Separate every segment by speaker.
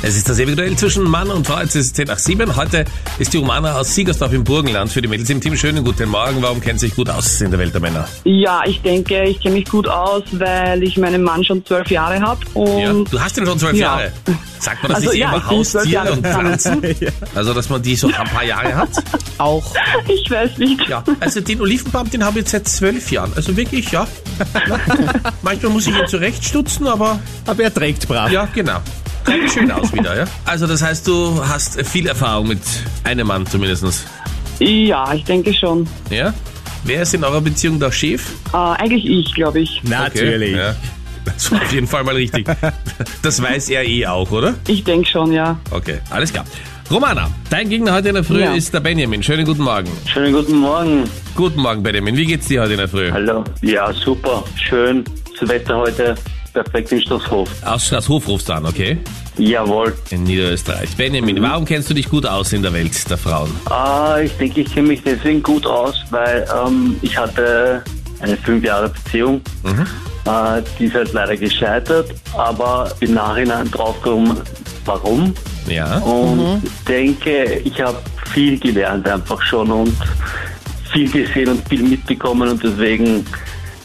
Speaker 1: Es ist das ewige Duell zwischen Mann und Frau. Jetzt ist es 10 nach 7. Heute ist die Romana aus Siegersdorf im Burgenland für die Mädels im Team. Schönen guten Morgen. Warum kennt sich gut aus in der Welt der Männer?
Speaker 2: Ja, ich denke, ich kenne mich gut aus, weil ich meinen Mann schon zwölf Jahre habe.
Speaker 1: Ja.
Speaker 2: Und
Speaker 1: Du hast ihn schon zwölf
Speaker 2: Ähm, Ja.
Speaker 1: Jahre. Sagt man das
Speaker 2: Also,
Speaker 1: nicht
Speaker 2: ja,
Speaker 1: immer
Speaker 2: ich bin zwölf
Speaker 1: Haustiere
Speaker 2: Jahre
Speaker 1: und Pflanzen? Also, dass man die so ein paar Jahre hat?
Speaker 3: Auch.
Speaker 2: ich weiß nicht.
Speaker 1: Ja. Also, den Olivenbaum, den habe ich jetzt seit zwölf Jahren. Also wirklich, ja. Manchmal muss ich ihn zurechtstutzen, aber
Speaker 3: Aber er trägt brav.
Speaker 1: ja, genau. Sieht schön aus wieder, ja. Also, das heißt, du hast viel Erfahrung mit einem Mann zumindestens.
Speaker 2: Ja, ich denke schon.
Speaker 1: Ja? Wer ist in eurer Beziehung der Chef?
Speaker 2: Äh, eigentlich ich, glaube ich.
Speaker 3: Natürlich.
Speaker 1: Okay, ja. Das war auf jeden Fall mal richtig. Das weiß er eh auch, oder?
Speaker 2: Ich denke schon, ja.
Speaker 1: Okay, alles klar. Romana, dein Gegner heute in der Früh
Speaker 2: Ja.
Speaker 1: ist der Benjamin. Schönen guten Morgen.
Speaker 4: Schönen guten Morgen.
Speaker 1: Guten Morgen, Benjamin. Wie geht's dir heute in der Früh?
Speaker 4: Hallo. Ja, super. Schön. Das Wetter heute perfekt in Stoßhof.
Speaker 1: Aus Straßhof rufst du an, okay?
Speaker 4: Jawohl.
Speaker 1: In Niederösterreich. Benjamin, warum kennst du dich gut aus in der Welt der Frauen?
Speaker 4: Ah, ich denke, ich kenne mich deswegen gut aus, weil ähm, ich hatte eine fünf Jahre Beziehung. Äh, die ist halt leider gescheitert, aber im Nachhinein draufgekommen, warum.
Speaker 1: Ja.
Speaker 4: Und denke, ich habe viel gelernt einfach schon und viel gesehen und viel mitbekommen und deswegen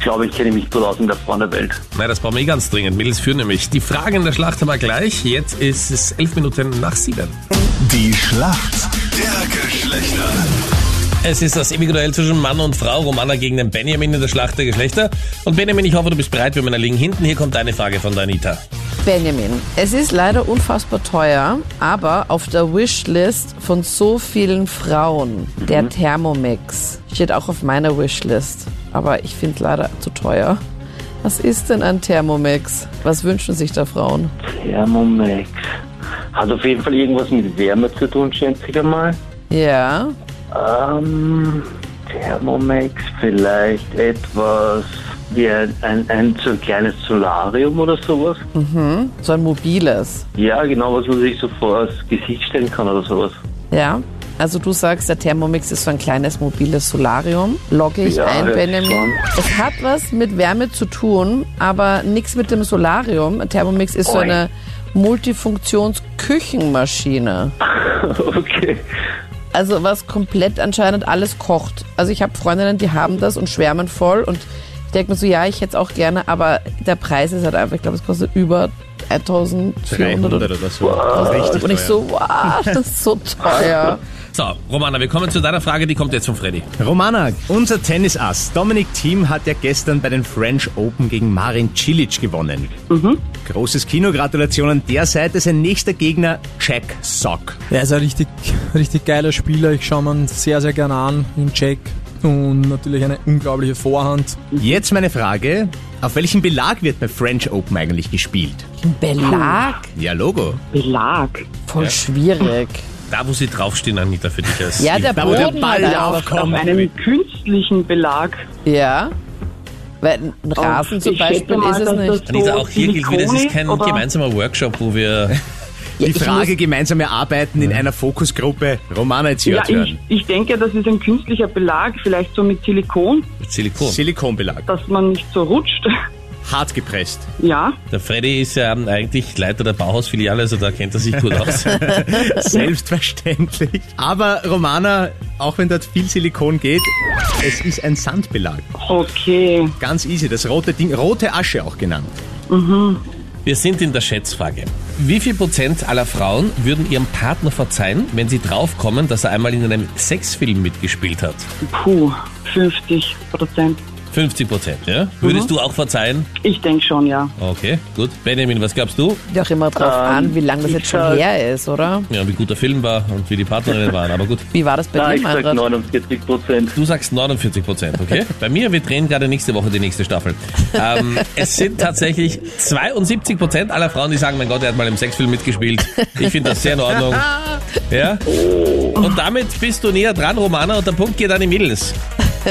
Speaker 4: glaube ich, kenne ich mich gut aus in der Frauenwelt.
Speaker 1: Nein, das brauchen wir eh ganz dringend. Mädels führen nämlich. Die Fragen der Schlacht haben wir gleich. Jetzt ist es elf Minuten nach sieben.
Speaker 5: Die Schlacht der Geschlechter.
Speaker 1: Es ist das ewige Duell zwischen Mann und Frau, Romana gegen den Benjamin in der Schlacht der Geschlechter. Und Benjamin, ich hoffe, du bist bereit. Wir Männer liegen hinten. Hier kommt deine Frage von der Anita.
Speaker 6: Benjamin, es ist leider unfassbar teuer, aber auf der Wishlist von so vielen Frauen, der Thermomix, steht auch auf meiner Wishlist, aber ich finde leider zu teuer. Was ist denn ein Thermomix? Was wünschen sich da Frauen?
Speaker 4: Thermomix. Hat auf jeden Fall irgendwas mit Wärme zu tun, schätze ich einmal.
Speaker 6: Ja,
Speaker 4: Ähm, Thermomix, vielleicht etwas wie ein, ein, ein so ein kleines Solarium oder sowas.
Speaker 6: so ein mobiles.
Speaker 4: Ja, genau, was man sich so vor das Gesicht stellen kann oder sowas.
Speaker 6: Ja, also du sagst, der Thermomix ist so ein kleines mobiles Solarium. Logge ich
Speaker 4: Ja,
Speaker 6: ein,
Speaker 4: das
Speaker 6: Benjamin. Es hat was mit Wärme zu tun, aber nichts mit dem Solarium. Ein Thermomix ist so
Speaker 4: Oi.
Speaker 6: eine Multifunktionsküchenmaschine.
Speaker 4: okay.
Speaker 6: Also was komplett anscheinend alles kocht. Also ich habe Freundinnen, die haben das und schwärmen voll und ich denke mir so, ja, ich hätte es auch gerne, aber der Preis ist halt einfach, ich glaube, es kostet über 1400
Speaker 3: 300
Speaker 6: oder
Speaker 3: oder so. Richtig
Speaker 6: und ich
Speaker 3: teuer.
Speaker 6: so, wow, das ist so teuer.
Speaker 1: So, Romana, wir kommen zu deiner Frage. Die kommt jetzt von Freddy.
Speaker 3: Romana, unser Tennisass Dominic Thiem hat ja gestern bei den French Open gegen Marin Cilic gewonnen.
Speaker 6: Mhm.
Speaker 3: Großes Kino, Gratulation an der Seite. Sein nächster Gegner, Jack Sock.
Speaker 7: Er ist ein richtig, richtig geiler Spieler. Ich schaue mir ihn sehr, sehr gerne an, den Jack. Und natürlich eine unglaubliche Vorhand.
Speaker 3: Jetzt meine Frage, auf welchem Belag wird bei French Open eigentlich gespielt?
Speaker 6: Belag?
Speaker 3: Ja, Logo.
Speaker 2: Belag.
Speaker 6: Voll schwierig.
Speaker 1: Da, wo sie draufstehen, Anita, für dich als
Speaker 6: Ja, der
Speaker 3: Da, wo der
Speaker 6: Boden
Speaker 3: Ball
Speaker 6: halt auch.
Speaker 3: aufkommt.
Speaker 2: Auf einem künstlichen Belag.
Speaker 6: Ja. Weil ein Rasen zum
Speaker 2: Ich schätze
Speaker 6: Beispiel
Speaker 2: mal,
Speaker 6: ist es
Speaker 2: dass das
Speaker 6: nicht.
Speaker 2: so
Speaker 1: Anita, auch hier gilt wieder, es ist
Speaker 2: Silikone
Speaker 1: kein
Speaker 2: oder-
Speaker 1: gemeinsamer Workshop, wo wir...
Speaker 6: Ja,
Speaker 3: Die
Speaker 6: ich
Speaker 3: Frage, gemeinsame Arbeiten in einer Fokusgruppe. Romana, jetzt
Speaker 2: Ja,
Speaker 3: hört
Speaker 2: ich,
Speaker 3: hören.
Speaker 2: ich denke, das ist ein künstlicher Belag, vielleicht so mit Silikon,
Speaker 1: Mit Silikon.
Speaker 3: Silikonbelag,
Speaker 2: dass man nicht so rutscht.
Speaker 3: hart gepresst.
Speaker 2: Ja,
Speaker 1: Der Freddy ist ja ähm, eigentlich Leiter der Bauhausfiliale, also da kennt er sich gut aus.
Speaker 3: Selbstverständlich. Aber Romana, auch wenn dort viel Silikon geht, es ist ein Sandbelag.
Speaker 2: okay.
Speaker 3: Ganz easy, das rote Ding, rote Asche auch genannt.
Speaker 1: Wir sind in der Schätzfrage. Wie viel Prozent aller Frauen würden ihrem Partner verzeihen, wenn sie draufkommen, dass er einmal in einem Sexfilm mitgespielt hat?
Speaker 2: Puh, 50 Prozent.
Speaker 1: 50 Prozent, ja? Würdest du auch verzeihen?
Speaker 2: Ich denke schon, ja.
Speaker 1: Okay, gut. Benjamin, was glaubst du?
Speaker 6: Kommt ja auch immer drauf an, wie lange das
Speaker 4: ich
Speaker 6: jetzt schon
Speaker 4: sag-
Speaker 6: her ist, oder?
Speaker 1: Ja, wie gut der Film war und wie die Partnerinnen waren, aber gut.
Speaker 6: Wie war das bei
Speaker 4: Na,
Speaker 6: dir,
Speaker 4: Ah, ich sag
Speaker 6: Meinrad?
Speaker 4: 49 Prozent.
Speaker 1: Du sagst 49 Prozent, okay? Bei mir, wir drehen gerade nächste Woche die nächste Staffel. Ähm, es sind tatsächlich 72 Prozent aller Frauen, die sagen, mein Gott, er hat mal im Sexfilm mitgespielt. Ich finde das sehr in Ordnung. Ja? Und damit bist du näher dran, Romana, und der Punkt geht an die Mädels.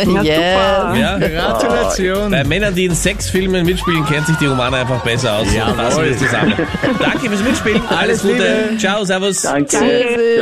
Speaker 2: Na,
Speaker 6: Yes.
Speaker 2: super.
Speaker 1: Ja?
Speaker 3: Gratulation.
Speaker 1: Bei Männern, die in Sexfilmen mitspielen, kennt sich die Romana einfach besser aus. Ja,
Speaker 3: Jawohl.
Speaker 1: passen wir zusammen. Danke fürs Mitspielen. Alles,
Speaker 3: Alles
Speaker 1: Gute.
Speaker 3: Liebe.
Speaker 1: Ciao, servus.
Speaker 4: Danke.
Speaker 6: Tschüssi.